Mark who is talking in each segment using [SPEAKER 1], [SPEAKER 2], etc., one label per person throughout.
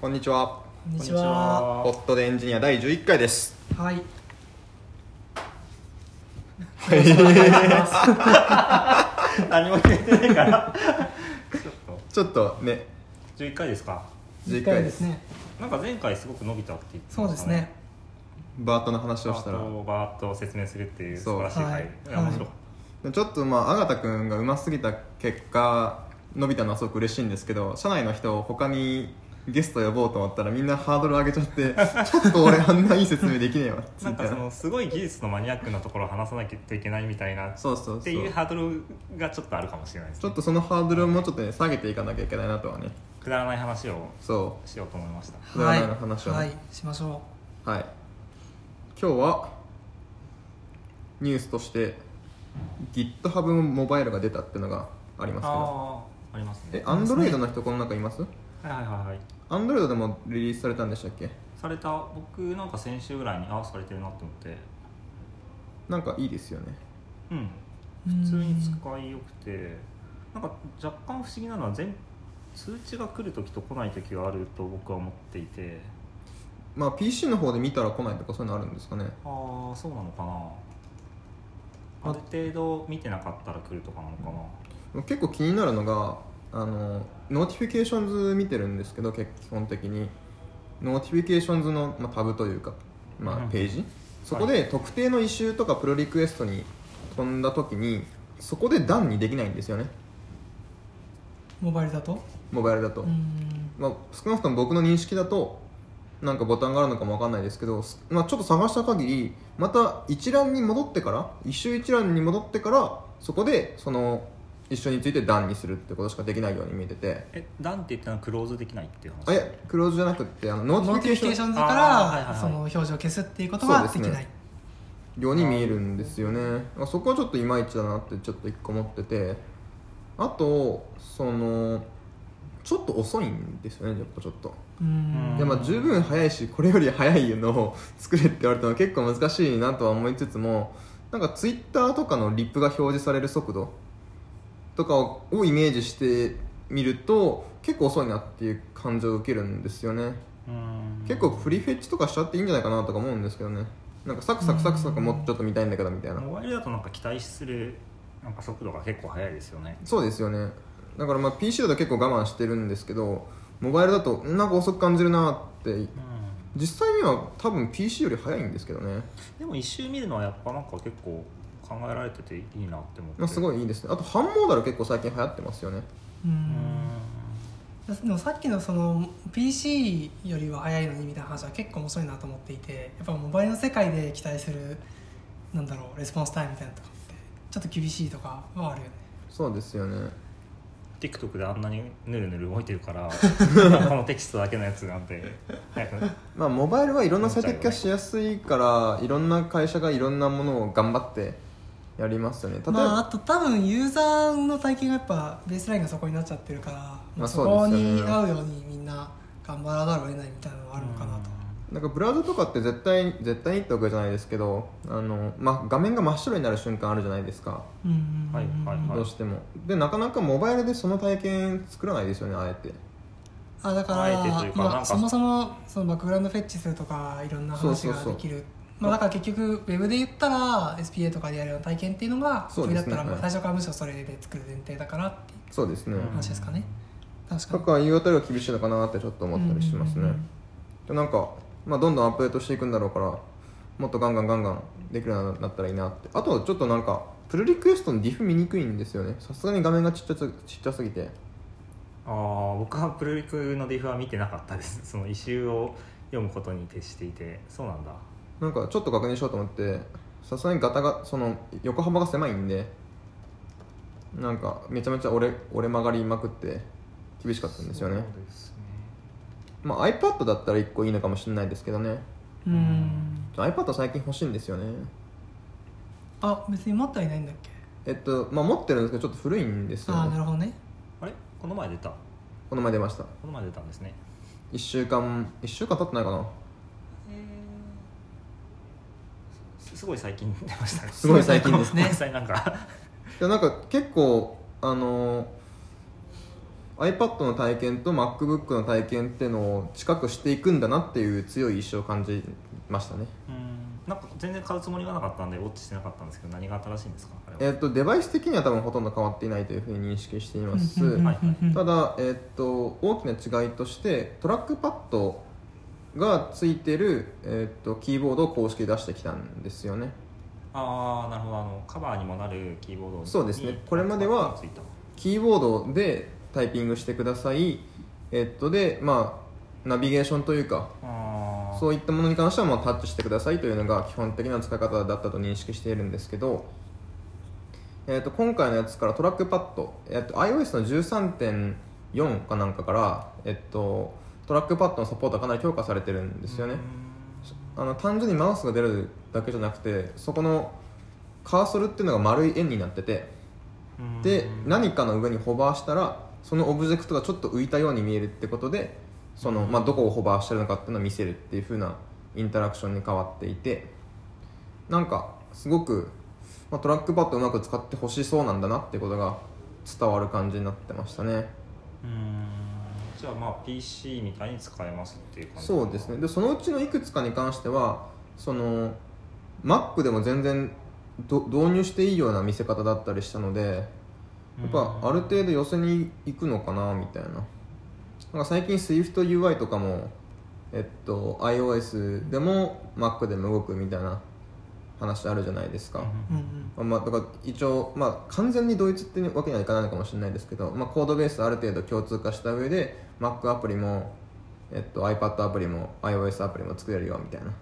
[SPEAKER 1] こんにちは。
[SPEAKER 2] こんにち
[SPEAKER 3] は
[SPEAKER 1] ホットでエンジニア第11回です。
[SPEAKER 2] はい。
[SPEAKER 3] 何も決めてないからちょっと
[SPEAKER 1] ちょっとね、
[SPEAKER 3] 11回ですか
[SPEAKER 1] 11
[SPEAKER 2] 1
[SPEAKER 1] 回
[SPEAKER 2] 回
[SPEAKER 1] で
[SPEAKER 2] ですすね。
[SPEAKER 3] なんか前回すごく伸びたって言って
[SPEAKER 2] そうですね。
[SPEAKER 1] バートの話を
[SPEAKER 3] バー
[SPEAKER 1] し
[SPEAKER 3] ッと
[SPEAKER 1] たら、
[SPEAKER 3] バーッと説明するっていう
[SPEAKER 1] そう
[SPEAKER 3] 素晴らしい回、
[SPEAKER 2] はい
[SPEAKER 3] い、や面白かっ
[SPEAKER 1] ちょっとまあ、あがたくんがうますぎた結果、伸びたのはすごく嬉しいんですけど、社内の人を他にゲスト呼ぼうと思ったらみんなハードル上げちゃ って、ちょっと俺あんないい説明できねえわ、
[SPEAKER 3] た、
[SPEAKER 1] みたい
[SPEAKER 3] なんかそ
[SPEAKER 1] な。
[SPEAKER 3] のすごい技術のマニアックなところを話さなきゃいけないみたいなっ
[SPEAKER 1] そうそうそう。
[SPEAKER 3] ていうハードルがちょっとあるかもしれないです、
[SPEAKER 1] ちょ
[SPEAKER 3] ね、
[SPEAKER 1] っとそのハードルをもうちょっとね、下げていかなきゃいけないなとはね。
[SPEAKER 3] くだらない話を
[SPEAKER 1] そ
[SPEAKER 3] しようと思いました
[SPEAKER 2] はい。
[SPEAKER 1] 占いの話をね
[SPEAKER 2] はい。しましょ
[SPEAKER 1] う。はい。今日は、ニュースとして、GitHub モバイルが出たっていうのがありますけど。
[SPEAKER 3] あああります
[SPEAKER 1] え
[SPEAKER 3] ね
[SPEAKER 1] アンドロイドの人この中います
[SPEAKER 3] はいはいはいはい
[SPEAKER 1] アンドロイドでもリリースされたんでしたっけ
[SPEAKER 3] された僕なんか先週ぐらいにああされてるなって思って
[SPEAKER 1] なんかいいですよね
[SPEAKER 3] うん
[SPEAKER 2] う。
[SPEAKER 3] 普通に使
[SPEAKER 2] う
[SPEAKER 3] いよくてなんか若干不思議なのは全通知が来る時と来ない時があると僕は思っていて
[SPEAKER 1] まあ PC の方で見たら来ないとかそういうのあるんですかね
[SPEAKER 3] ああそうなのかなある程度見てなかったら来るとかなのかな
[SPEAKER 1] 結構気になるのがあのノーティフィケーションズ見てるんですけど結基本的にノーティフィケーションズの、まあ、タブというか、ま
[SPEAKER 3] う
[SPEAKER 1] あ、
[SPEAKER 3] ん
[SPEAKER 1] ページ、そこで特定のイシューとかプロリクエストに飛んだ時にそこで段にできないんですよね
[SPEAKER 2] モバイルだと。
[SPEAKER 1] モバイルだと、
[SPEAKER 2] うーん。
[SPEAKER 1] まあ、少なくとも僕の認識だとなんかボタンがあるのかもわかんないですけど、すまあ、ちょっと探した限りまた一覧に戻ってから一周一覧に戻ってからそこでその一緒について段にするってことしかできないように見えてて
[SPEAKER 3] えダンって言ったのはクローズできないっていう話
[SPEAKER 1] あいやクローズじゃなくってあのノー
[SPEAKER 2] ノー
[SPEAKER 1] テ
[SPEAKER 2] テ
[SPEAKER 1] ィ
[SPEAKER 2] ィ
[SPEAKER 1] フィ
[SPEAKER 2] フ
[SPEAKER 1] ケー
[SPEAKER 2] ィケー
[SPEAKER 1] シ
[SPEAKER 2] シ
[SPEAKER 1] ョ
[SPEAKER 2] ョ
[SPEAKER 1] ン
[SPEAKER 2] ンズか
[SPEAKER 3] あーはいはいは
[SPEAKER 2] ら
[SPEAKER 3] い
[SPEAKER 2] その表示を消すっていうことはできない。
[SPEAKER 1] ように見えるんですよねまあそこはちょっといまいちだなってちょっと一個思っててあとそのちょっと遅いんですよねやっぱちょっと
[SPEAKER 2] うーん
[SPEAKER 1] いやまあ十分早いしこれより早いのを 作れって言われても結構難しいなとは思いつつもなんかツイッターとかのリップが表示される速度とかををイメージしてみると結構遅いなっていう感情を受けるんですよね
[SPEAKER 3] うーん
[SPEAKER 1] 結構フリーフェッチとかしちゃっていいんじゃないかなとか思うんですけどねなんかサクサクサクサクもうちょっと見たいんだけどみたいな
[SPEAKER 3] モバイルだとなんか期待するなんか速度が結構速いですよね
[SPEAKER 1] そうですよねだからまあ PC だと結構我慢してるんですけどモバイルだとなんか遅く感じるなって
[SPEAKER 3] うん
[SPEAKER 1] 実際には多分 PC より早いんですけどね
[SPEAKER 3] でも一周見るのはやっぱなんか結構考えられてていいなって思って
[SPEAKER 1] まあ、すごいいいですねあとハンモーダル結構最近流行ってますよね
[SPEAKER 2] うー
[SPEAKER 3] うー
[SPEAKER 2] ん。
[SPEAKER 3] ん
[SPEAKER 2] でもさっきのその PC よりは早いのにみたいな話は結構面白いなと思っていてやっぱモバイルの世界で期待するなんだろうレスポンスタイムみたいなとかってちょっと厳しいとかはあるよね
[SPEAKER 1] そうですよね
[SPEAKER 3] TikTok であんなにぬるぬる動いてるから このテキストだけのやつなんて早く
[SPEAKER 1] まあモバイルはいろんな最適化しやすいからいろんな会社がいろんなものを頑張ってやりますよね例えば、
[SPEAKER 2] まあ、あと多分ユーザーの体験がやっぱベースラインがそこになっちゃってるから、まあ
[SPEAKER 1] そ
[SPEAKER 2] そう
[SPEAKER 1] ですよね
[SPEAKER 2] こに合うようにみんな頑張らざるを得ないみたいなのがあるのかなと
[SPEAKER 1] なんかブラウザとかって絶対絶対にってわけじゃないですけどあの、まあ、画面が真っ白になる瞬間あるじゃないですか、
[SPEAKER 2] うん
[SPEAKER 3] はいはいはい
[SPEAKER 1] どうしてもでなかなかモバイルでその体験作らないですよねあえて
[SPEAKER 2] あだから
[SPEAKER 3] あえてというか
[SPEAKER 2] まあ
[SPEAKER 3] なんか
[SPEAKER 2] そもそもそのバックグラウンドフェッチするとかいろんな話が
[SPEAKER 1] そうそうそう
[SPEAKER 2] できるまあ、だから結局ウェブで言ったら SPA とかでやるような体験っていうのが
[SPEAKER 1] そう
[SPEAKER 2] れ
[SPEAKER 1] で
[SPEAKER 2] だ
[SPEAKER 1] す
[SPEAKER 2] っ
[SPEAKER 1] ね
[SPEAKER 2] たらま
[SPEAKER 1] は
[SPEAKER 2] あ
[SPEAKER 1] い
[SPEAKER 2] 最初からむしろそれで作る前提だからっていう
[SPEAKER 1] そうですね、
[SPEAKER 3] うん
[SPEAKER 2] 話ですかね、確か
[SPEAKER 1] と
[SPEAKER 2] に
[SPEAKER 1] かいうあたりは厳しいのかなってちょっと思ったりしますね、
[SPEAKER 2] うんうんうん
[SPEAKER 1] でなんか、まあ、どんどんアップデートしていくんだろうからもっとガンガンガンガンできるようになったらいいなってあとちょっとなんかプルリクエストのディフ見にくいんですよねさすがに画面がちっちゃすちっちゃすぎて
[SPEAKER 3] ああ僕はプルリクのディフは見てなかったですその一周を読むことに徹していてそうなんだ
[SPEAKER 1] なんかちょっと確認しようと思ってさすがにガタがその横幅が狭いんでなんかめちゃめちゃ折れ折れ曲がりまくって厳しかったんですよね
[SPEAKER 3] そうですね
[SPEAKER 1] まあ iPad だったら1個いいのかもしれないですけどね
[SPEAKER 2] うん
[SPEAKER 1] ちょ iPad 最近欲しいんですよね
[SPEAKER 2] あ別に持ってはいないんだっけ
[SPEAKER 1] えっとまあ持ってるんですけどちょっと古いんです
[SPEAKER 2] あ
[SPEAKER 1] よ、
[SPEAKER 2] あな
[SPEAKER 1] ね、
[SPEAKER 2] るほどね
[SPEAKER 3] あれこの前出たこ
[SPEAKER 1] この前出ました
[SPEAKER 3] の前出たんですね
[SPEAKER 1] 1週間1週間経ってないかな
[SPEAKER 3] すすごい最近出ましたね
[SPEAKER 1] すごい最近 です
[SPEAKER 2] ね
[SPEAKER 3] ごめんなさいなんか
[SPEAKER 1] いやなんか結構あのー iPad の体験と MacBook の体験ってのを近くしていくんだなっていう強い意志を感じましたね
[SPEAKER 3] うんなんか全然買うつもりがなかったんでウォッチしてなかったんですけど何が新しいんですかあれ
[SPEAKER 1] え
[SPEAKER 3] は
[SPEAKER 1] っとデバイス的には多分ほとんど変わっていないというふうに認識しています、
[SPEAKER 2] うんうんうん
[SPEAKER 3] はいはい
[SPEAKER 2] うん
[SPEAKER 1] ただ、えーっと大きな違いとしてトラックパッドがついてる、えーっとキーボードを公式で出してきたんですよね
[SPEAKER 3] ああなるほどあのカバーにもなるキーボードに
[SPEAKER 1] そうですねこれまでは
[SPEAKER 3] ついた
[SPEAKER 1] キーボードでタイピングしてくださいえーっとでまあナビゲーションというか
[SPEAKER 3] ああ
[SPEAKER 1] そういったものに関してはもうタッチしてくださいというのが基本的な使い方だったと認識しているんですけど、えー、と今回のやつからトラックパッド、えー、と iOS の13.4かなんかから、えー、とトラックパッドのサポートはかなり強化されてるんですよねあの単純にマウスが出るだけじゃなくてそこのカーソルっていうのが丸い円になってて
[SPEAKER 3] うん
[SPEAKER 1] で
[SPEAKER 3] うん
[SPEAKER 1] 何かの上にホバーしたらそのオブジェクトがちょっと浮いたように見えるってことでその、まあ、どこをホバーしてるのかっていうのを見せるっていう風なインタラクションに変わっていてなんかすごく、まあ、トラックパッドをうまく使ってほしそうなんだなってことが伝わる感じになってましたね
[SPEAKER 3] うんじゃあまあ PC みたいに使えますっていう感じ
[SPEAKER 1] そうですねでそのうちのいくつかに関してはその Mac でも全然ど導入していいような見せ方だったりしたのでやっぱある程度寄せに行くのかなみたいななんか最近 SwiftUI とかも、えっと、iOS でも Mac でも動くみたいな話あるじゃないですか、
[SPEAKER 2] うんうん
[SPEAKER 1] まあ、だから一応、まあ、完全にドイツってわけにはいかないのかもしれないですけど、まあ、コードベースある程度共通化した上で Mac アプリも、えっと、iPad アプリも iOS アプリも作れるよみたいな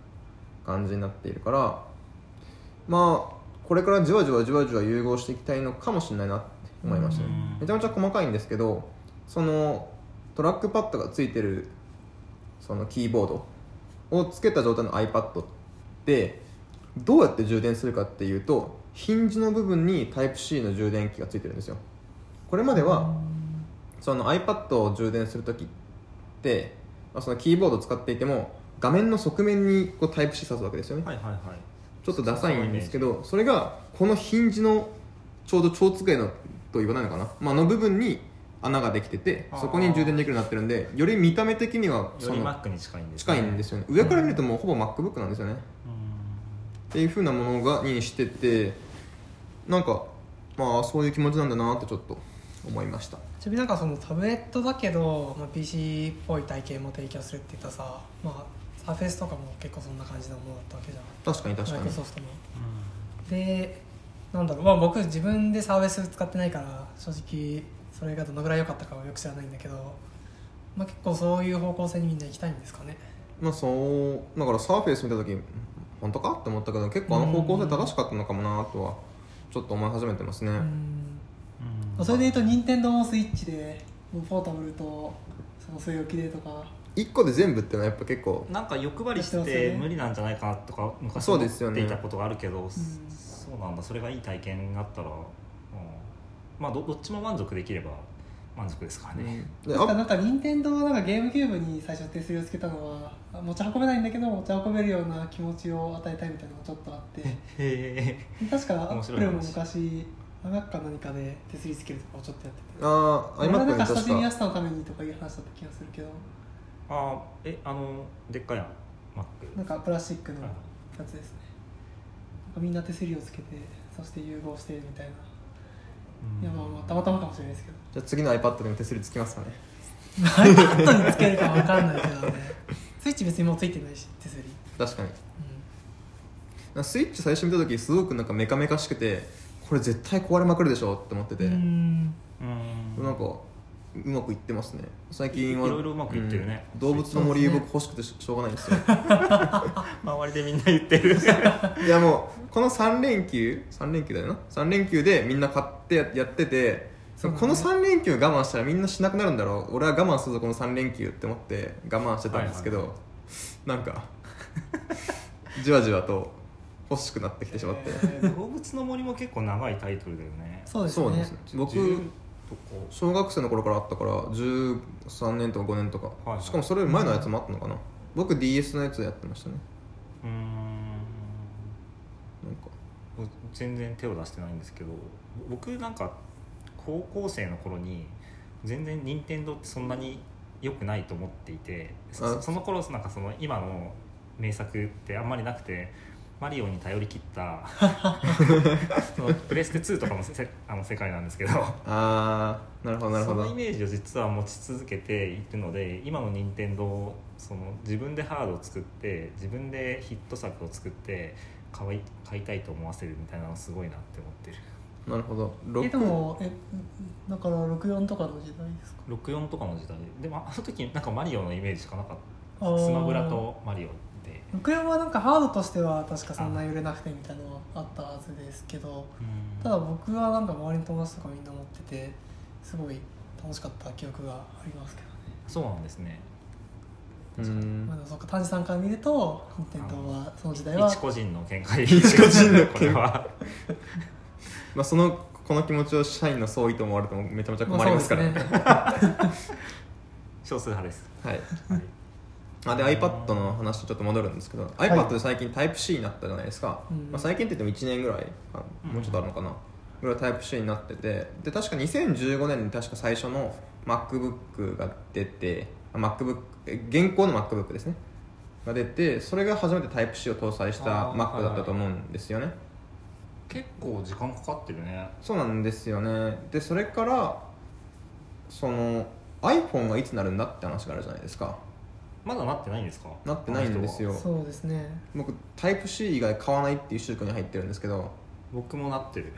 [SPEAKER 1] 感じになっているからまあこれからじわじわじわじわ融合していきたいのかもしれないなって思いましたね
[SPEAKER 3] うん
[SPEAKER 1] めちゃめちゃ細かいんですけどそのトラックパッドがついてるそのキーボードをつけた状態の iPad ってどうやって充電するかっていうとヒンジの部分に Type-C の充電器がついてるんですよこれまではその iPad を充電する時って、まあ、そのキーボードを使っていても画面の側面にこう Type-C 刺すわけですよね
[SPEAKER 3] はいはいはい
[SPEAKER 1] ちょっとダサいんですけどそれがこのヒンジのちょうど超机のと言わないのかな、まあ、あの部分に穴ができてて
[SPEAKER 3] あー
[SPEAKER 1] そこに充電できるようになってるんでより見た目的にはそ
[SPEAKER 3] より
[SPEAKER 1] の
[SPEAKER 3] Mac に近いんですね
[SPEAKER 1] 近いんですよね上から見るともうほぼ MacBook なんですよね
[SPEAKER 3] うん
[SPEAKER 1] っていう風なものがにしててなんかまあそういう気持ちなんだなってちょっと思いました
[SPEAKER 2] ちなみになんかそのタブレットだけど、まあ、PC っぽい体験も提供するって言ったさまあサーフェスとかも結構そんな感じのものだったわけじゃん
[SPEAKER 1] 確かに確
[SPEAKER 2] マ
[SPEAKER 1] か
[SPEAKER 2] イク
[SPEAKER 1] に
[SPEAKER 2] ロソフトもでなんだろう、まあ、僕自分でサービス使ってないから正直それがどのぐらい良かったかはよく知らないんだけど、まあ、結構そういう方向性にみんな行きたいんですかね
[SPEAKER 1] まあそうだからサーフェイス見た時本当かって思ったけど結構あの方向性正しかったのかもなとはちょっと思い始めてますね、
[SPEAKER 2] うん
[SPEAKER 3] うん
[SPEAKER 2] それでいうと任天堂もスイッチでもうポータブルとその据え置きでとか
[SPEAKER 1] 1個で全部っていうのはやっぱ結構
[SPEAKER 3] なんか欲張りし
[SPEAKER 2] やってますよ
[SPEAKER 3] て
[SPEAKER 2] ね
[SPEAKER 3] 無理なんじゃないかなとか昔
[SPEAKER 1] そう
[SPEAKER 3] 思っ
[SPEAKER 1] ですよね
[SPEAKER 3] ていたことがあるけど、そうなんだそれがいい体験になったら、うんまあどどっちも満足できれば満足ですからね、
[SPEAKER 1] で
[SPEAKER 2] なんか
[SPEAKER 1] あ
[SPEAKER 2] なんか任天堂なんかゲームキューブに最初手すりをつけたのはあ持ち運べないんだけど持ち運べるような気持ちを与えたいみたいなのがちょっとあって
[SPEAKER 3] へえ
[SPEAKER 2] 確かア
[SPEAKER 3] 面
[SPEAKER 2] ッ
[SPEAKER 3] 白
[SPEAKER 2] プ
[SPEAKER 3] い話
[SPEAKER 2] ルも昔何か何かで手すりつけるとかをちょっとやってて
[SPEAKER 1] あー
[SPEAKER 2] 俺は
[SPEAKER 1] iMac
[SPEAKER 2] なん
[SPEAKER 1] に
[SPEAKER 2] か親
[SPEAKER 1] 確
[SPEAKER 2] しみや
[SPEAKER 1] か
[SPEAKER 2] すさのためにとかいう話だった気がするけど
[SPEAKER 3] あえあのでっかいやんマック
[SPEAKER 2] なんかプラスチックの
[SPEAKER 3] は
[SPEAKER 2] や
[SPEAKER 3] い
[SPEAKER 2] つですねなんかみんな手すりをつけてそして融合してみたいな、
[SPEAKER 3] うん
[SPEAKER 2] いやまあまあたまたまかもしれないで すけど
[SPEAKER 1] じゃあ次の iPad でも手すりつきますかね
[SPEAKER 2] iPad につけるかわかんないけどねスイッチ別にもうついてないし手すり、
[SPEAKER 1] 確かになんかスイッチ最初見た時すごくなんかメカメカしくてこれ絶対壊れまくるでしょって思ってて、
[SPEAKER 2] うんうん
[SPEAKER 3] うん
[SPEAKER 1] なんかうまくいってますね最近はい
[SPEAKER 3] いろいろうまくいってるね
[SPEAKER 1] うん動物の森僕欲しくてししょうがないんですよ
[SPEAKER 3] 周りでみんな言ってる
[SPEAKER 1] いやもうこの3連休3連休だよな3連休でみんな買ってややってて
[SPEAKER 2] そうだね
[SPEAKER 1] この3連休我慢したらみんなしなくなるんだろう俺は我慢するぞこの3連休って思って我慢してたんですけど、
[SPEAKER 3] はいは
[SPEAKER 1] なんか じわじわと欲しくなってきてしまって、
[SPEAKER 2] えー
[SPEAKER 3] 動物の森も結構長いタイトルだよね
[SPEAKER 2] そうですね
[SPEAKER 1] そうなんですね僕
[SPEAKER 3] 10とこ
[SPEAKER 1] 小学生の頃からあったから13年とか5年とか、
[SPEAKER 3] いはい
[SPEAKER 1] しかもそれより前のやつもあったのかな、僕 DS のやつやってましたね
[SPEAKER 3] うーん
[SPEAKER 1] なんか
[SPEAKER 3] 僕全然手を出してないんですけど僕なんか高校生の頃に全然任天堂ってそんなに良くないと思っていて
[SPEAKER 1] あ
[SPEAKER 3] そその頃なんかその今の名作ってあんまりなくてマリオに頼り切った そのプレステ2とかもせあの世界なんですけど
[SPEAKER 1] あーなるほどなるほ
[SPEAKER 3] そ
[SPEAKER 1] ど
[SPEAKER 3] のイメージを実は持ち続けているので今の任天堂その自分でハードを作って自分でヒット作を作って買い買いたいと思わせるみたいなのすごいなって思ってる
[SPEAKER 1] なるほど
[SPEAKER 2] え
[SPEAKER 1] 六
[SPEAKER 2] でもえだから64とかの時代ですか
[SPEAKER 3] 64とかの時代でもあの時なんかマリオのイメージしかなかっ
[SPEAKER 2] あ
[SPEAKER 3] た
[SPEAKER 2] ー
[SPEAKER 3] スマブラとマリオで、
[SPEAKER 2] 64はなんかハードとしては確かそんな揺れなくてみたいなのはあったはずですけどただ僕はなんか周りの友達とかみんな持っててすごい楽しかった記憶がありますけどね、
[SPEAKER 3] そうなんですね
[SPEAKER 1] うー
[SPEAKER 2] まあ、
[SPEAKER 1] ん
[SPEAKER 2] でもそっか丹治さんから見ると任天堂はその時代は
[SPEAKER 3] 一個人の見解
[SPEAKER 1] 一個人の見解
[SPEAKER 3] これは
[SPEAKER 1] まあそのこの気持ちを社員の総意と思われてもめちゃめちゃ困
[SPEAKER 2] あ
[SPEAKER 1] りますから、
[SPEAKER 2] そうですね
[SPEAKER 3] 少数派です、
[SPEAKER 1] はい
[SPEAKER 3] はい
[SPEAKER 1] あで iPad の話ちょっと戻るんですけど、iPad で最近 Type-C になったじゃないですか、
[SPEAKER 2] うん
[SPEAKER 1] まあ、最近って言っても1年ぐらいかもうちょっとあるのかな、ぐらい Type-C になっててで確か2015年に確か最初の MacBook が出てあ MacBook え現行の MacBook ですねが出てそれが初めて Type-C を搭載した
[SPEAKER 3] あー
[SPEAKER 1] Mac だったと思うんですよね、
[SPEAKER 3] 結構時間かかってるね
[SPEAKER 1] そうなんですよねでそれからその iPhone がいつなるんだって話があるじゃないですか
[SPEAKER 3] まだなってないんですか
[SPEAKER 1] なってないんですよ
[SPEAKER 2] そうですね
[SPEAKER 1] 僕タイプ C 以外買わないっていう習慣に入ってるんですけど
[SPEAKER 3] 僕もなってる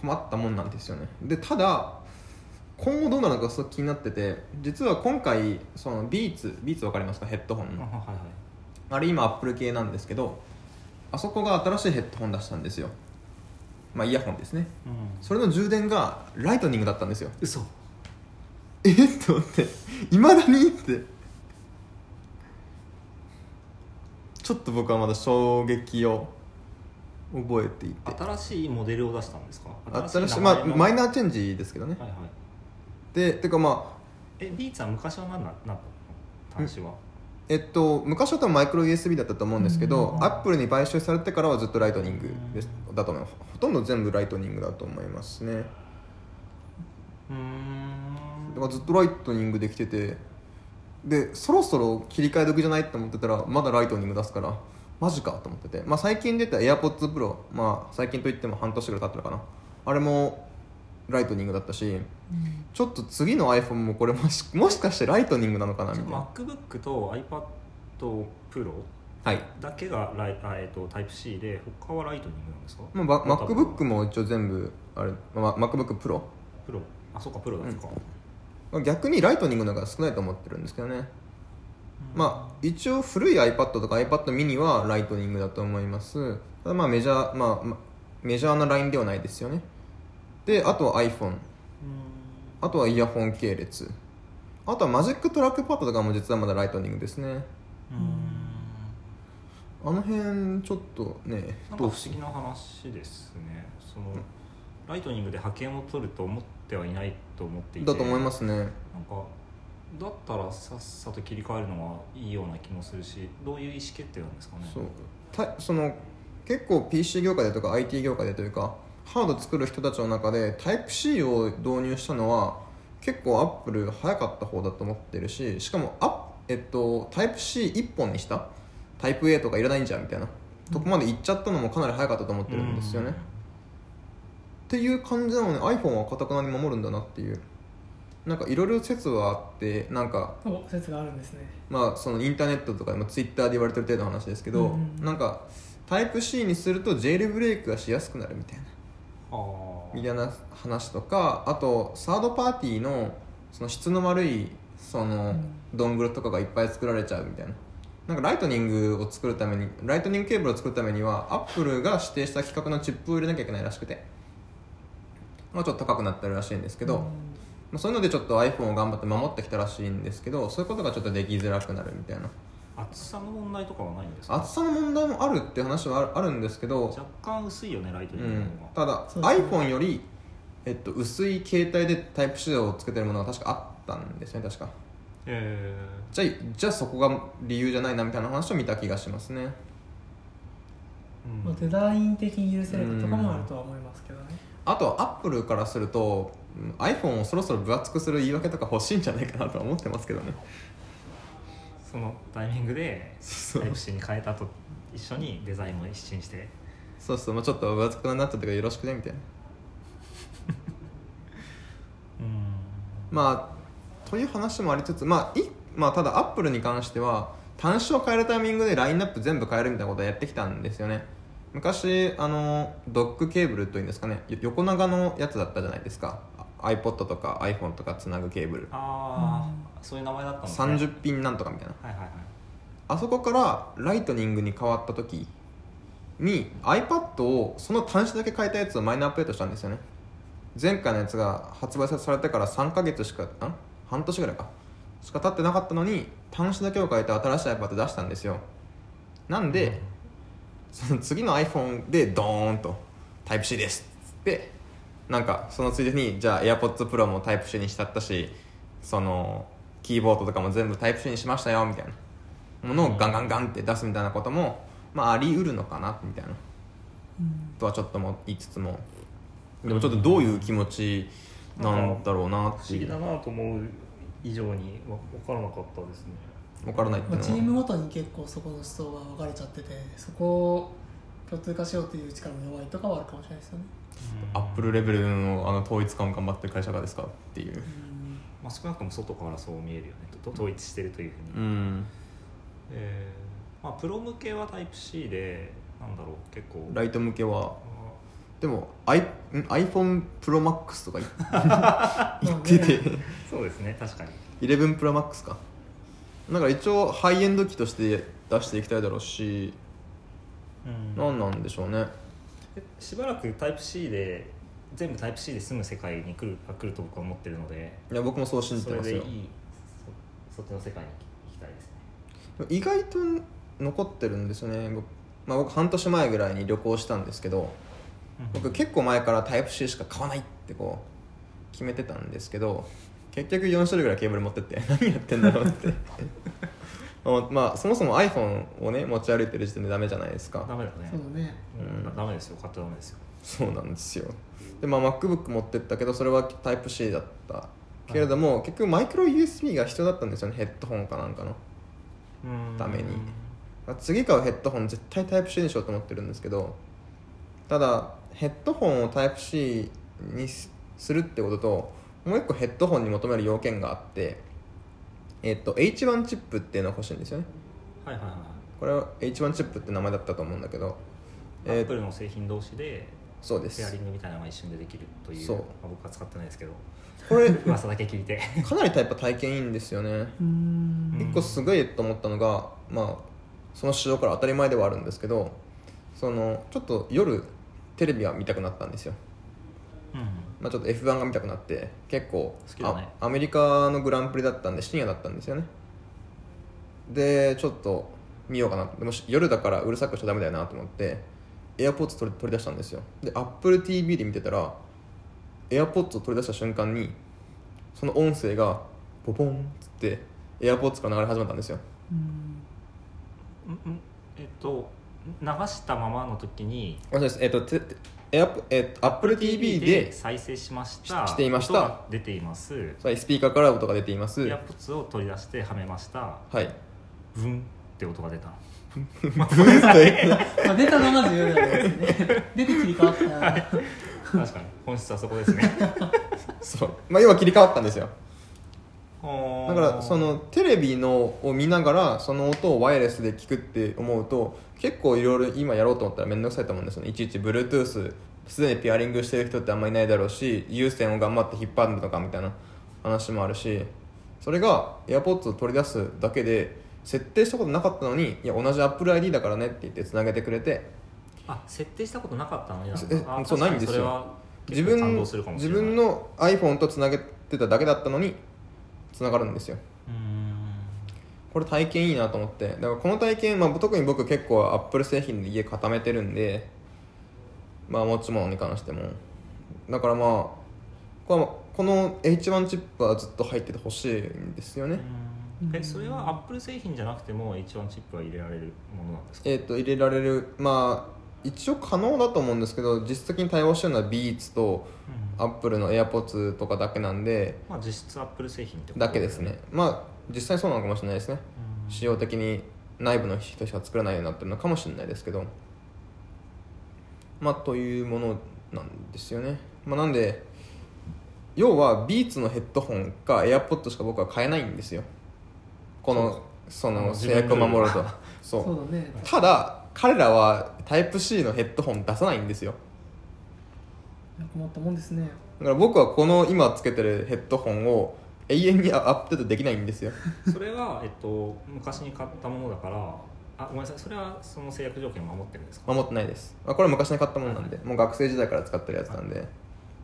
[SPEAKER 1] 困ったもんなんですよねでただ今後どうなるのかすごく気になってて実は今回そのビーツビーツわかりますかヘッドホン
[SPEAKER 3] あ
[SPEAKER 1] の
[SPEAKER 3] はいはい
[SPEAKER 1] あれ今アップル系なんですけどあそこが新しいヘッドホン出したんですよまあイヤホンですね
[SPEAKER 3] うん
[SPEAKER 1] それの充電がライトニングだったんですよ
[SPEAKER 3] 嘘
[SPEAKER 1] えっと思っていまだにってちょっと僕はまだ衝撃を覚えていて
[SPEAKER 3] 新しいモデルを出したんですか
[SPEAKER 1] 新しい
[SPEAKER 3] 名
[SPEAKER 1] ま
[SPEAKER 3] 前
[SPEAKER 1] あ
[SPEAKER 3] の
[SPEAKER 1] マイナーチェンジですけどね
[SPEAKER 3] はいはい
[SPEAKER 1] でてかまあ
[SPEAKER 3] えビーツは昔は何ななったの端子は
[SPEAKER 1] えっと昔は多分マイクロ USB だったと思うんですけど、
[SPEAKER 3] うん
[SPEAKER 1] アップルに買収されてからはずっとライトニングです、だと思いますほとんど全部ライトニングだと思いますね
[SPEAKER 3] う
[SPEAKER 1] だ
[SPEAKER 3] ー
[SPEAKER 1] から
[SPEAKER 3] ん
[SPEAKER 1] ずっとライトニングできててでそろそろ切り替え時じゃないって思ってたらまだライトニング出すからマジかと思ってて、まあ、最近出た AirPods Pro、まあ、最近といっても半年ぐらい経ってるかなあれもライトニングだったしちょっと次の iPhone もこれもしもしかしてライトニングなのかなみ
[SPEAKER 3] じ
[SPEAKER 1] た
[SPEAKER 3] ゃ
[SPEAKER 1] いな
[SPEAKER 3] あ MacBook と iPad Pro
[SPEAKER 1] はい
[SPEAKER 3] だけがライあ、えっとタイプ C で他はライトニングなんですか、
[SPEAKER 1] まあ、バ MacBook も一応全部あれ、ま、MacBook Pro
[SPEAKER 3] プロあそうかプロだとか、
[SPEAKER 1] 逆にライトニングの方が少ないと思ってるんですけどね、まあ一応古い iPad とか iPad mini はライトニングだと思いますただまあメジャー、まあまあ、メジャーなラインではないですよねであとは iPhone
[SPEAKER 3] う
[SPEAKER 1] あとはイヤホン系列あとはマジックトラックパッドとかも実はまだライトニングですね
[SPEAKER 3] ーんうん
[SPEAKER 1] あの辺ちょっとね
[SPEAKER 3] なんか不
[SPEAKER 1] どう
[SPEAKER 3] 思
[SPEAKER 1] す
[SPEAKER 3] 議な話ですねそのライトニングで覇権を取ると思ってはいないと思っていて
[SPEAKER 1] だと思いますね
[SPEAKER 3] なんかだったらさっさと切り替えるのはいいような気もするしどういう意思決定なんですかね
[SPEAKER 1] そうたその結構 PC 業界でとか IT 業界でというかハード作る人たちの中で Type-C を導入したのは結構アップル早かった方だと思ってるししかもアッ、えっと、Type-C1 本にした Type-A とかいらないんじゃんみたいなとこまで行っちゃったのもかなり早かったと思ってるんですよね、
[SPEAKER 3] う
[SPEAKER 1] っ
[SPEAKER 3] ん
[SPEAKER 1] ていう感じなので iPhone はかたくなに守るんだなっていうなんかいろいろ説はあってなんか
[SPEAKER 2] お説があるんですね
[SPEAKER 1] まあ、そのインターネットとか、まあ、ツイッターで言われてる程度の話ですけど、
[SPEAKER 2] うんうんうん
[SPEAKER 1] なんかタイプ C にするとジェイルブレイクがしやすくなるみたいな
[SPEAKER 3] あー
[SPEAKER 1] みたいな話とかあとサードパーティーのその質の悪いその
[SPEAKER 2] ん
[SPEAKER 1] ドングルとかがいっぱい作られちゃうみたいななんかライトニングを作るためにライトニングケーブルを作るためにはアップルが指定した規格のチップを入れなきゃいけないらしくて、まあ、ちょっと高くなってるらしいんですけど、
[SPEAKER 2] うん
[SPEAKER 1] まあ、そういうのでちょっと iPhone を頑張って守ってきたらしいんですけどそういうことがちょっとできづらくなるみたいな
[SPEAKER 3] 厚さの問題とかはないんですか
[SPEAKER 1] 厚さの問題もあるっていう話はあるあるんですけど、
[SPEAKER 3] 若干薄いよねライ
[SPEAKER 1] う
[SPEAKER 3] トニングの
[SPEAKER 1] ん
[SPEAKER 3] 方、が、
[SPEAKER 1] ただ、
[SPEAKER 2] そうですね
[SPEAKER 1] iPhone より、えっと、薄い携帯でタイプ C をつけてるものが確かあったんですね確か
[SPEAKER 3] え
[SPEAKER 1] じゃあじゃあそこが理由じゃないなみたいな話を見た気がしますね
[SPEAKER 3] ーうん
[SPEAKER 2] まあ、デザイン的に許せることとかもあるとは思いますけどね
[SPEAKER 1] あとは Apple からするとうん iPhone をそろそろ分厚くする言い訳とか欲しいんじゃないかなとは思ってますけどね
[SPEAKER 3] そのタイミングで
[SPEAKER 1] そう
[SPEAKER 3] タイプ C に変えたと一緒にデザインも一新して
[SPEAKER 1] そうそうもうちょっと分厚くなっちゃったからよろしくねみたいな
[SPEAKER 3] うん
[SPEAKER 1] まあという話もありつつ、まあ、いまあただアップルに関しては端子を変えるタイミングでラインナップ全部変えるみたいなことをやってきたんですよね昔あのドックケーブルというんですかねよ横長のやつだったじゃないですかあ iPod とか iPhone とかつなぐケーブル
[SPEAKER 3] ああ、そういう名前だったのね
[SPEAKER 1] 30ピンなんとかみたいな
[SPEAKER 3] はいはいはい
[SPEAKER 1] あそこからライトニングに変わった時に iPad をその端子だけ変えたやつをマイナーアップデートしたんですよね前回のやつが発売されてから3ヶ月しかん半年ぐらいかしか経ってなかったのに端子だけを変えて新しい iPad 出したんですよなんで、その次の iPhone でドーンと Type-C ですっつってなんかそのついでにじゃあ AirPods Pro も Type-C にしちゃったしそのキーボードとかも全部 Type-C にしましたよみたいなものをガンガンガンって出すみたいなことも、まあ、あり得るのかなみたいな
[SPEAKER 2] うん
[SPEAKER 1] とはちょっとも言いつつもでもちょっとどういう気持ちなんだろうなっ
[SPEAKER 3] 不
[SPEAKER 1] て
[SPEAKER 3] 思
[SPEAKER 1] い
[SPEAKER 3] 議だ
[SPEAKER 1] う
[SPEAKER 3] なと思う以上にわ分からなかったですね
[SPEAKER 1] 分からないって
[SPEAKER 2] まあ、チー
[SPEAKER 1] いう
[SPEAKER 2] ム
[SPEAKER 1] のは
[SPEAKER 2] ごとに結構そこの思想が分かれちゃっててそこを共通化しようという力の弱いとかはあるかもしれないですよね、
[SPEAKER 1] アップルレベルのあの統一感を頑張ってる会社がですかっていう
[SPEAKER 2] うん
[SPEAKER 3] まあ、少なくとも外からそう見えるよねと統一してるというふうに、
[SPEAKER 1] うん
[SPEAKER 3] えーまあ、プロ向けはタイプ C でなんだろう結構
[SPEAKER 1] ライト向けは
[SPEAKER 3] あ
[SPEAKER 1] でも iPhoneProMax とか言って
[SPEAKER 2] まあ
[SPEAKER 1] て
[SPEAKER 2] ね
[SPEAKER 3] ーそうですね確かに
[SPEAKER 1] 11ProMax かだから一応ハイエンド機として出していきたいだろうし何なんでしょうね
[SPEAKER 3] えしばらくタイプ C で全部タイプ C で住む世界に来るあ来ると僕は思ってるので
[SPEAKER 1] いや僕もそう信じ
[SPEAKER 3] そ
[SPEAKER 1] て
[SPEAKER 3] れ
[SPEAKER 1] ます
[SPEAKER 3] でい
[SPEAKER 1] よ
[SPEAKER 3] いそそっちの世界に行きたいですね
[SPEAKER 1] 意外と残ってるんですよね僕,、まあ、僕半年前ぐらいに旅行したんですけど僕結構前からタイプ C しか買わないってこう決めてたんですけど結局4種類ぐらいケーブル持ってって 何やってんだろうって あまあそもそも iPhone をね持ち歩いてる時点でダメじゃないですか
[SPEAKER 3] ダメだね
[SPEAKER 2] そうだね
[SPEAKER 3] うんダメですよ買っちゃダメですよ
[SPEAKER 1] そうなんですよでまあ MacBook 持ってったけどそれはタイプ C だったけれども、結局マイクロ USB が必要だったんですよねヘッドホンかなんかのためにあ次買うヘッドホン絶対タイプ C にしようと思ってるんですけどただヘッドホンをタイプ C にすするってことともう一個ヘッドホンに求める要件があってえっと H1 チップっていうのが欲しいんですよね
[SPEAKER 3] はいはいはい
[SPEAKER 1] これは H1 チップって名前だったと思うんだけど
[SPEAKER 3] ア
[SPEAKER 1] え
[SPEAKER 3] ッ
[SPEAKER 1] ー
[SPEAKER 3] プルの製品同士で
[SPEAKER 1] そうで
[SPEAKER 3] ペア
[SPEAKER 1] す
[SPEAKER 3] リングみたいなのが一瞬でできるという
[SPEAKER 1] そう
[SPEAKER 3] まあ、僕は使ってないですけど
[SPEAKER 1] これ
[SPEAKER 3] 噂だけ聞いて
[SPEAKER 1] かなりタイプ体験いいんですよね
[SPEAKER 2] うん
[SPEAKER 3] うん
[SPEAKER 1] 一個すごいと思ったのが、まあ、その市場から当たり前ではあるんですけどそのちょっと夜テレビは見たくなったんですよ、
[SPEAKER 3] うん
[SPEAKER 1] まあ、ちょっと F1 が見たくなって結構
[SPEAKER 3] 好きだね
[SPEAKER 1] あアメリカのグランプリだったんで深夜だったんですよねでちょっと見ようかなでもし夜だからうるさくしちゃダメだよなと思って AirPods 取り取り出したんですよで AppleTV で見てたら AirPods を取り出した瞬間にその音声がポポンっつって AirPods から流れ始まったんですよ
[SPEAKER 2] うん
[SPEAKER 3] んんえっと流したままの時に
[SPEAKER 1] あそうですえっ、とててエアプえっ、と Apple TV で
[SPEAKER 3] 再生しました
[SPEAKER 1] ししていました
[SPEAKER 3] 音が出ています
[SPEAKER 1] はいスピーカーから音が出ています
[SPEAKER 3] イ
[SPEAKER 1] は
[SPEAKER 3] ヤポッツを取り出してはめました
[SPEAKER 1] い
[SPEAKER 3] ブンって音が出た
[SPEAKER 1] ブーストエ
[SPEAKER 2] まあ、出たのが重要だよね 出て切り替わったら
[SPEAKER 3] 確かに本質はそこで すね
[SPEAKER 1] そうまあ要は切り替わったんですよだ
[SPEAKER 3] だ
[SPEAKER 1] からそのテレビのを見ながらその音をワイヤレスで聞くって思うと結構いろいろ今やろうと思ったら面倒くさいと思うんですよねいちいち Bluetooth すでにピアリングしてる人ってあんまいないだろうし有線を頑張って引っ張るのかみたいな話もあるしそれが AirPods を取り出すだけで設定したことなかったのにいや同じ AppleID だからねって言ってつなげてくれて
[SPEAKER 3] あ設定したことなかったのになんだ
[SPEAKER 1] え
[SPEAKER 3] あ
[SPEAKER 1] そう
[SPEAKER 3] 確かに
[SPEAKER 1] ないんですよ
[SPEAKER 3] それは
[SPEAKER 1] 自
[SPEAKER 3] 結構感
[SPEAKER 1] 分
[SPEAKER 3] 動するかもし
[SPEAKER 1] 自
[SPEAKER 3] れない
[SPEAKER 1] 分の iPhone とつなげてただけだったのにつながるんですよ
[SPEAKER 3] うーん
[SPEAKER 1] これ体験いいなと思ってだからこの体験、まあ、特に僕結構アップル製品で家固めてるんでまあ持ち物に関してもだからまあこのこの H1 チップはずっと入っててほしいんですよね
[SPEAKER 3] うーんえそれはアップル製品じゃなくても H1 チップは入れられるものなんですか
[SPEAKER 1] えっ、と入れられるまあ一応可能だと思うんですけど実質的に対応してるのは Beats とアップルの AirPods とかだけなんで
[SPEAKER 3] まあ実質アップル製品ってこと
[SPEAKER 1] だけですねまあ実際そうなのかもしれないですね
[SPEAKER 3] うん
[SPEAKER 1] 使用的に内部の人しか作らないようになってるのかもしれないですけどまあというものなんですよね、まあ、なんで要はビーツのヘッドホンか AirPod しか僕は買えないんですよこのそ
[SPEAKER 3] あの
[SPEAKER 1] の制約を守ろうとそ
[SPEAKER 2] そう
[SPEAKER 1] う
[SPEAKER 2] だね
[SPEAKER 1] ただ彼らはタイプ C のヘッドホン出さないんですよ
[SPEAKER 2] 困ったもんですね
[SPEAKER 1] だから僕はこの今つけてるヘッドホンを永遠にアップデートできないんですよ
[SPEAKER 3] それは、えっと、昔に買ったものだからあごめんなさいそれはその制約条件を守ってるんですか
[SPEAKER 1] 守ってないですあこれは昔に買ったものなんでもう学生時代から使ってるやつなんで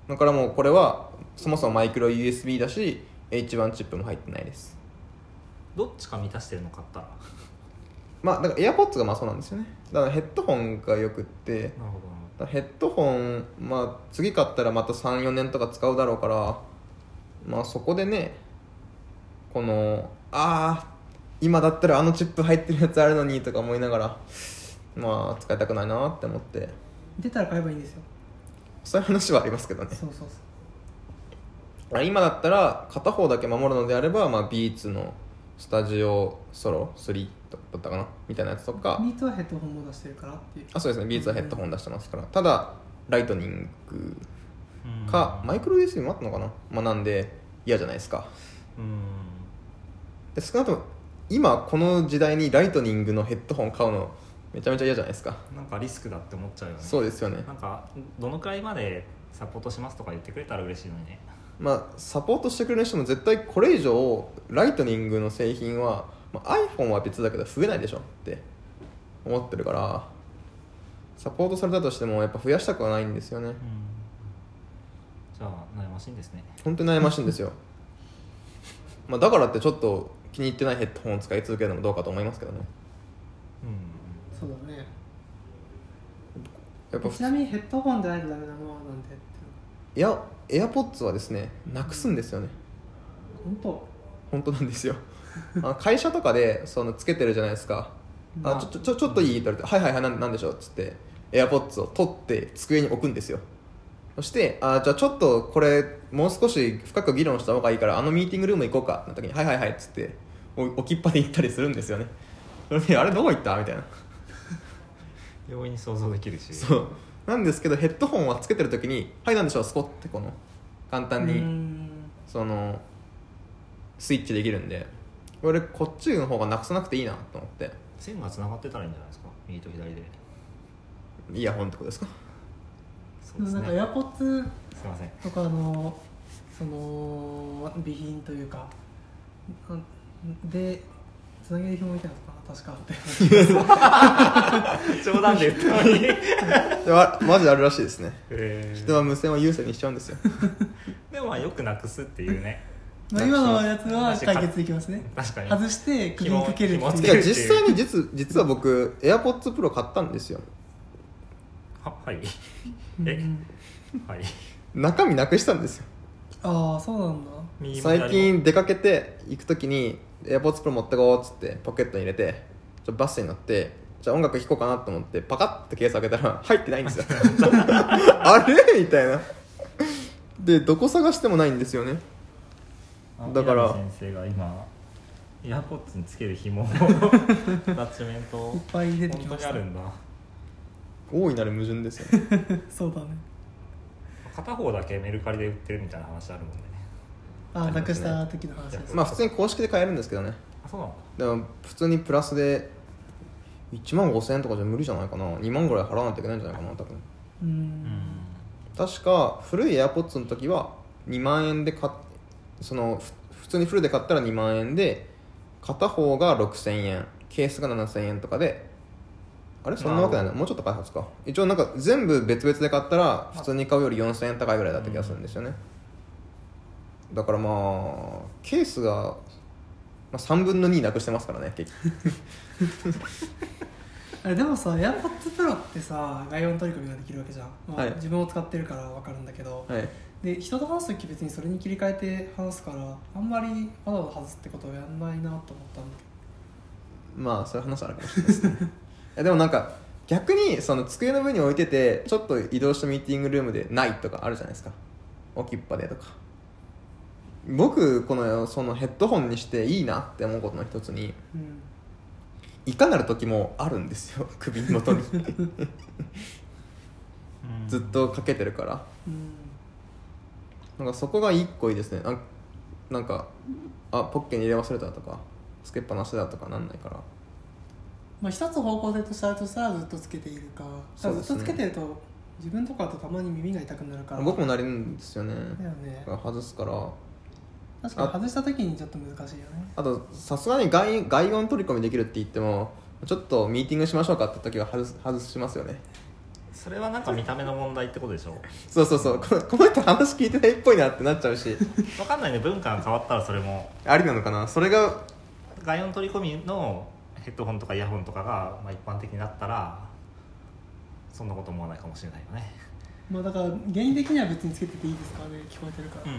[SPEAKER 1] だからもうこれはそもそもマイクロ USB だし H1 チップも入ってないです
[SPEAKER 3] どっちか満たしてるの買ったら
[SPEAKER 1] まあだから AirPods がまあそうなんですよねだからヘッドホンがよくって
[SPEAKER 3] なるほどなる
[SPEAKER 1] だからヘッドホンまあ次買ったらまた34年とか使うだろうからまあそこでねこのああ今だったらあのチップ入ってるやつあるのにとか思いながらまあ使いたくないなって思って
[SPEAKER 2] 出たら買えばいいんですよ
[SPEAKER 1] そういう話はありますけどね
[SPEAKER 2] そうそうそう
[SPEAKER 1] 今だったら片方だけ守るのであれば、まあ、ビーツのスタジオソロ3だったかなみたいなやつとか
[SPEAKER 2] ミートはヘッドホンも出してるからっていう
[SPEAKER 1] あそうですねビーツはヘッドホン出してますからただライトニング
[SPEAKER 3] ほどうん
[SPEAKER 1] かマイクロ USB もあったのかな、まあ、なんで嫌じゃないですか
[SPEAKER 3] うん
[SPEAKER 1] で少なくとも今この時代にライトニングのヘッドホン買うのめちゃめちゃ嫌じゃないですか
[SPEAKER 3] なんかリスクだって思っちゃうよね
[SPEAKER 1] そうですよね
[SPEAKER 3] なんかどのくらいまでサポートしますとか言ってくれたら嬉しいのにね
[SPEAKER 1] まあサポートしてくれる人も絶対これ以上ライトニングの製品は、まあ、iPhone は別だけど増えないでしょって思ってるからサポートされたとしてもやっぱ増やしたくはないんですよね
[SPEAKER 3] じゃあ悩ましいんですね
[SPEAKER 1] 本当に悩ましいんですよ、 まあ、だからってちょっと気に入ってないヘッドホンを使い続けるのもどうかと思いますけどね
[SPEAKER 3] うん
[SPEAKER 2] そうだね
[SPEAKER 1] やっぱ
[SPEAKER 2] ちなみにヘッドホンでないとダメなのはなんでっていう
[SPEAKER 1] いや AirPods はですねなくすんですよね
[SPEAKER 2] の本
[SPEAKER 1] 本当なんですよあの会社とかでそのつけてるじゃないですか「
[SPEAKER 2] ま
[SPEAKER 1] あ
[SPEAKER 2] あ
[SPEAKER 1] ちょちょちょちょっといい?」って言われて「はいはいはいなんなんでしょう?」っつってエアポッツを取って机に置くんですよそして「あじゃあちょっとこれもう少し深く議論した方がいいからあのミーティングルーム行こうか」なった時に「はいはいはい」っつってお置きっぱで行ったりするんですよねそれであれどこ行った?」みたいな
[SPEAKER 3] 容易に想像できるし
[SPEAKER 1] そうなんですけどヘッドホンはつけてる時に「はいなんでしょう?」スポッてこの簡
[SPEAKER 2] 当
[SPEAKER 1] 単
[SPEAKER 2] うー
[SPEAKER 1] に
[SPEAKER 2] ん
[SPEAKER 1] そのスイッチできるんで俺こっちの方がなくさなくていいなと思って
[SPEAKER 3] 線がつながってたらいいんじゃないですか右と左で
[SPEAKER 1] イヤホンってことですか
[SPEAKER 3] そう
[SPEAKER 2] でも
[SPEAKER 3] です
[SPEAKER 2] なん
[SPEAKER 3] ね
[SPEAKER 2] かエアポッツ
[SPEAKER 3] すいません
[SPEAKER 2] とかのその備品というかうんでつなげる紐みたいなのかな確かあって
[SPEAKER 3] 冗談で言ったのに
[SPEAKER 1] でわマジであるらしいですね
[SPEAKER 3] えー
[SPEAKER 1] 人は無線を優先にしちゃうんですよ
[SPEAKER 3] でもまあよくなくすっていうね
[SPEAKER 2] まあ今のやつは解決できますね
[SPEAKER 3] 確かに
[SPEAKER 2] 外して首にかけるって
[SPEAKER 3] 紐紐
[SPEAKER 1] い
[SPEAKER 3] つ
[SPEAKER 1] や
[SPEAKER 3] け
[SPEAKER 2] いう
[SPEAKER 3] る
[SPEAKER 1] 実際に実実は僕 AirPods Pro 買ったんですよ
[SPEAKER 3] ははい
[SPEAKER 2] うん
[SPEAKER 3] え
[SPEAKER 2] うん
[SPEAKER 3] はい
[SPEAKER 1] 中身なくしたんですよ
[SPEAKER 2] ああそうなんだ
[SPEAKER 3] 右も左も
[SPEAKER 1] 最近出かけて行く時に AirPods Pro 持ってこうっつってポケットに入れてちょバスに乗ってじゃあ音楽聴こうかなと思ってパカッてケース開けたら入ってないんですよあれみたいなでどこ探してもないんですよね
[SPEAKER 3] あ
[SPEAKER 1] だから
[SPEAKER 3] 宮部先生が今エアポッツにつける紐を アタッチメントを
[SPEAKER 2] いっぱい出て
[SPEAKER 3] 本
[SPEAKER 2] き
[SPEAKER 3] 当
[SPEAKER 2] まし
[SPEAKER 3] に
[SPEAKER 2] た
[SPEAKER 3] あるんだ
[SPEAKER 1] 大いなる矛盾ですよね
[SPEAKER 2] そうだね
[SPEAKER 3] 片方だけメルカリで売ってるみたいな話あるもんね
[SPEAKER 2] あ
[SPEAKER 1] あ
[SPEAKER 2] あ
[SPEAKER 1] りますね
[SPEAKER 2] なくした時の話です
[SPEAKER 1] まあ普通に公式で買えるんですけどね
[SPEAKER 3] あそうなんだ
[SPEAKER 1] でも普通にプラスで1万5000円とかじゃ無理じゃないかな2万ぐらい払わないといけないんじゃないかな多分
[SPEAKER 2] う
[SPEAKER 3] うん
[SPEAKER 1] 確か古い AirPods の時は2万円で買っそのふ普通にフルで買ったら2万円で片方が6000円ケースが7000円とかであれそんなわけないなもうちょっと開発か一応なんか全部別々で買ったら普通に買うより4000円高いぐらいだった気がするんですよね、だからまあケースが、まあ、3分の2なくしてますからね結局
[SPEAKER 2] あれでもさ AirPods Pro ってさ外音取り込みができるわけじゃん、まあ
[SPEAKER 1] はい
[SPEAKER 2] 自分を使ってるから分かるんだけど、
[SPEAKER 1] はい
[SPEAKER 2] で人と話す時別にそれに切り替えて話すからあんまりわざわざ外すってことをやんないなと思ったんだ
[SPEAKER 1] まあそういう話はあるかもしれないですねいやでもなんか逆にその机の上に置いててちょっと移動したミーティングルームでないとかあるじゃないですか置きっぱでとか僕このそのヘッドホンにしていいなって思うことの一つに
[SPEAKER 2] うん
[SPEAKER 1] いかなる時もあるんですよ 首元にずっとかけてるから
[SPEAKER 2] うん
[SPEAKER 1] なんかそこが一個いいですねなんなんかあポッケに入れ忘れたとかつけっぱなしだとかなんないから
[SPEAKER 2] まあ、一つ方向性としてあるとしたらずっとつけているか
[SPEAKER 1] そうです
[SPEAKER 2] ず
[SPEAKER 1] ね
[SPEAKER 2] っとつけてると自分とかだとたまに耳が痛くなるから
[SPEAKER 1] 僕もなれるんですよね
[SPEAKER 2] だよね
[SPEAKER 1] だから外すから
[SPEAKER 2] 確かに外した時にちょっと難しいよね
[SPEAKER 1] あとさすがに外外音取り込みできるって言ってもちょっとミーティングしましょうかって時は外す外しますよね
[SPEAKER 3] それはなんか見た目の問題ってことでしょ
[SPEAKER 1] そうそうそうこのこの人話聞いてないっぽいなってなっちゃうし
[SPEAKER 3] わかんないね文化が変わったらそれも
[SPEAKER 1] ありなのかなそれが
[SPEAKER 3] 外音取り込みのヘッドホンとかイヤホンとかが、まあ、一般的になったらそんなこと思わないかもしれないよね
[SPEAKER 2] まあだから原因的には別につけてていいですからね聞こえてるから、
[SPEAKER 3] う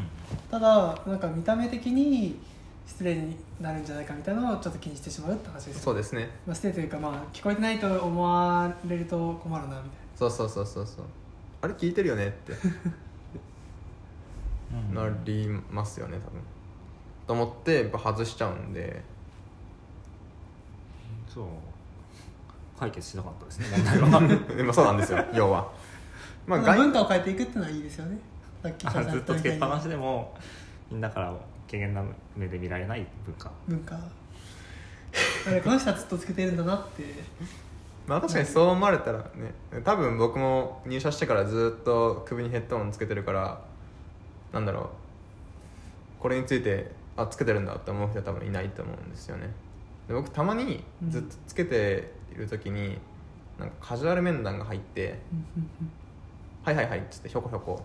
[SPEAKER 2] ただなんか見た目的に失礼になるんじゃないかみたいなのをちょっと気にしてしまうって話ですよ
[SPEAKER 1] そうですね
[SPEAKER 2] まあ、失礼というかまあ聞こえてないと思われると困るなみたい
[SPEAKER 1] そうそうそうそうそうあれ聞いてるよねって
[SPEAKER 3] ん
[SPEAKER 1] なりますよね多分と思ってやっぱ外しちゃうんで
[SPEAKER 3] そう解決しなかったですね問題 は
[SPEAKER 1] でもそうなんですよ要はま
[SPEAKER 2] な、
[SPEAKER 1] あ
[SPEAKER 2] ただ
[SPEAKER 1] 外
[SPEAKER 2] 文化を変えていくっていうのはいいですよねさっき
[SPEAKER 3] あずっとつけっぱな
[SPEAKER 2] し
[SPEAKER 3] しでもみんなから軽減な目で見られない文化
[SPEAKER 2] 文化あれこの人はずっとつけてるんだなって
[SPEAKER 1] まあ確かにそう思われたらね多分僕も入社してからずっと首にヘッドホンつけてるからなんだろうこれについてあつけてるんだって思う人は多分いないと思うんですよねで僕たまにずっとつけている時に、なんかカジュアル面談が入って「はいはいはい」っつってひょこひょこ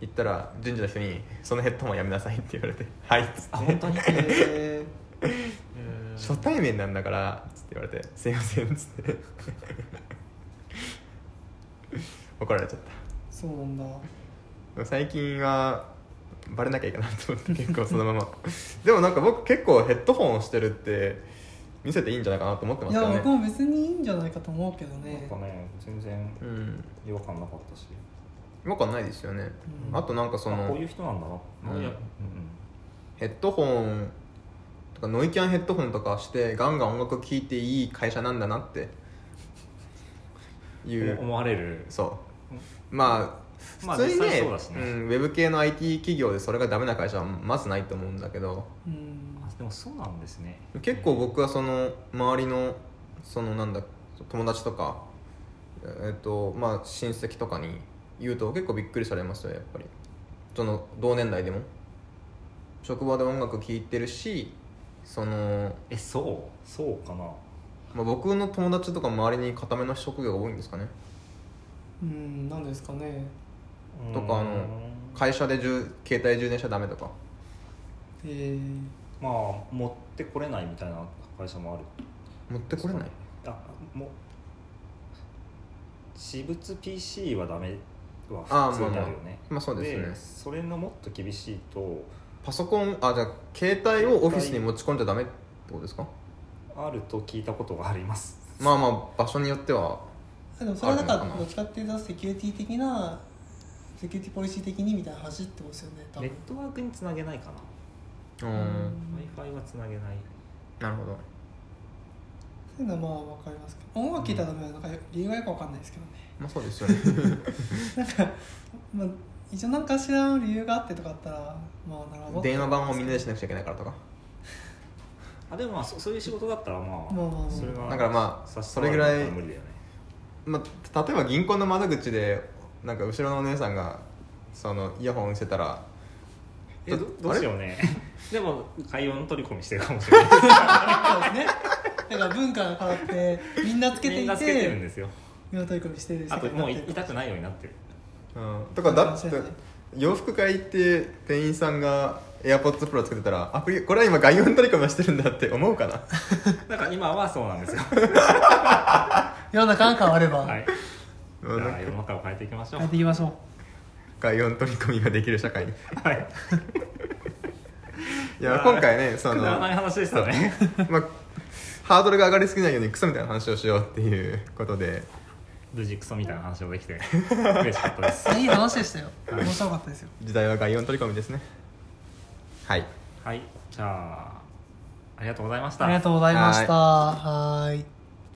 [SPEAKER 1] 言ったら人事の人に「そのヘッドホンはやめなさい」って言われて「はい」っつって
[SPEAKER 3] あ本 当に
[SPEAKER 2] え
[SPEAKER 1] 「初対面なんだから」っつって言われて「すいません」っつって怒られちゃった
[SPEAKER 2] ー、そうなんだ
[SPEAKER 1] 最近はバレなきゃいいかなと思って結構そのままでもなんか僕結構ヘッドホンをしてるって見せていいんじゃないかなと思ってま
[SPEAKER 2] い
[SPEAKER 1] す
[SPEAKER 2] や
[SPEAKER 1] よ
[SPEAKER 2] 僕
[SPEAKER 1] ね
[SPEAKER 2] も別にいいんじゃないかと思うけど
[SPEAKER 3] なん
[SPEAKER 2] ね
[SPEAKER 3] かね全然
[SPEAKER 1] うん
[SPEAKER 3] 違和感なかったし
[SPEAKER 1] 違和感ないですよね、
[SPEAKER 2] うん
[SPEAKER 1] あとなんかそ
[SPEAKER 3] あこう
[SPEAKER 1] の
[SPEAKER 3] いう人なんだな、
[SPEAKER 1] うん
[SPEAKER 3] いや
[SPEAKER 1] ヘッドホンとかノイキャンヘッドホンとかしてガンガン音楽聴いていい会社なんだなってい
[SPEAKER 3] うんうん
[SPEAKER 1] う
[SPEAKER 3] 思われる
[SPEAKER 1] そうまあ
[SPEAKER 3] まあ
[SPEAKER 1] 普通に
[SPEAKER 3] 実際
[SPEAKER 1] ね
[SPEAKER 3] そうだしね
[SPEAKER 1] うん、ウェブ系の IT 企業でそれがダメな会社はまずないと思うんだけど
[SPEAKER 2] うん
[SPEAKER 3] あでもそうなんですね
[SPEAKER 1] 結構僕はその周りのそのなんだ友達とか、えーっとまあ、親戚とかに言うと結構びっくりされますよやっぱりその同年代でも職場で音楽聴いてるしその、
[SPEAKER 3] えそうそうかな
[SPEAKER 1] まあ、僕の友達とか周りに固めの職業が多いんですかね
[SPEAKER 2] うんなんですかね
[SPEAKER 1] とかあの
[SPEAKER 3] うん
[SPEAKER 1] 会社でじゅ携帯充電しちゃダメとか
[SPEAKER 2] え
[SPEAKER 3] まあ持ってこれないみたいな会社もある
[SPEAKER 1] 持ってこれない
[SPEAKER 3] あもう私物 PC はダメ
[SPEAKER 1] あ
[SPEAKER 3] は
[SPEAKER 1] あ
[SPEAKER 3] 普通
[SPEAKER 1] まあ
[SPEAKER 3] に
[SPEAKER 1] ま
[SPEAKER 3] あ
[SPEAKER 1] あ
[SPEAKER 3] るよね
[SPEAKER 1] まあそうですね
[SPEAKER 3] それのもっと厳しいと
[SPEAKER 1] パソコンあじゃあ携帯をオフィスに持ち込んじゃダメってことですか
[SPEAKER 3] あると聞いたことがあります
[SPEAKER 1] まあまあ場所によっては
[SPEAKER 2] でもそれはだか
[SPEAKER 1] ある
[SPEAKER 2] ら
[SPEAKER 1] のかな
[SPEAKER 2] どっちかっていうとセキュリティ的なセキュリティポリシー的にみたいな話ってことですよね多
[SPEAKER 3] ネッ
[SPEAKER 2] 分
[SPEAKER 3] トワークにつなげないかな
[SPEAKER 1] うん
[SPEAKER 2] ん
[SPEAKER 3] w i f i はつなげない
[SPEAKER 1] なるほど
[SPEAKER 2] そういうのはまあわかりますけど音楽聴いたらダメなのか理由がよくわかんないですけどね
[SPEAKER 1] まあそうですよね
[SPEAKER 2] まあ一応なんかしらの理由があってとかあったらまあなるほど
[SPEAKER 1] 電話番号みんなでしなくちゃいけないからとか
[SPEAKER 3] あでもまあそそういう仕事だったらまあ、
[SPEAKER 2] まあまあまあ
[SPEAKER 3] それは
[SPEAKER 1] だからまあ
[SPEAKER 3] 差し
[SPEAKER 1] それぐらい
[SPEAKER 3] 障るのは無理だよね
[SPEAKER 1] まあ、例えば銀行の窓口でなんか後ろのお姉さんがそのイヤホンしてたら
[SPEAKER 3] えどどうし
[SPEAKER 1] う
[SPEAKER 3] ようねでも海音取り込みしてるかも しれない
[SPEAKER 2] そうですねだから文化が変わってみんなつけて
[SPEAKER 3] みん
[SPEAKER 2] い
[SPEAKER 3] なつけてるん
[SPEAKER 2] て
[SPEAKER 3] ですよ
[SPEAKER 2] みんな取り込みしてる世
[SPEAKER 3] あと
[SPEAKER 2] 界にな
[SPEAKER 3] も
[SPEAKER 2] っ
[SPEAKER 3] う
[SPEAKER 2] て
[SPEAKER 3] い
[SPEAKER 2] る
[SPEAKER 3] 痛くないようになってる
[SPEAKER 1] ん、とかだって
[SPEAKER 2] そうですね
[SPEAKER 1] 洋服買い行って店員さんが AirPodsPro つけてたらあこれこれは今外音取り込みをしてるんだって思うかな
[SPEAKER 3] だから今はそうなんですよ
[SPEAKER 2] 世の中が変われば、
[SPEAKER 3] はい じ
[SPEAKER 1] うん
[SPEAKER 3] ゃあ世の中を変えていきましょう
[SPEAKER 2] 変えていきましょう
[SPEAKER 1] 外音取り込みができる社会に
[SPEAKER 3] はい
[SPEAKER 1] いや今回ねそ
[SPEAKER 3] く
[SPEAKER 1] の、
[SPEAKER 3] だら
[SPEAKER 1] ま
[SPEAKER 3] ない話でしたね
[SPEAKER 1] あ、ハードルが上がりすぎないようにクソみたいな話をしようっていうことで
[SPEAKER 3] 無事クソみたいな話もできて嬉しかったです
[SPEAKER 2] いい話でしたよ
[SPEAKER 3] はい
[SPEAKER 2] 面白かったですよ
[SPEAKER 1] 時代は概要の取り込みですねはい
[SPEAKER 3] はいじゃあありがとうございました
[SPEAKER 2] ありがとうございましたはーい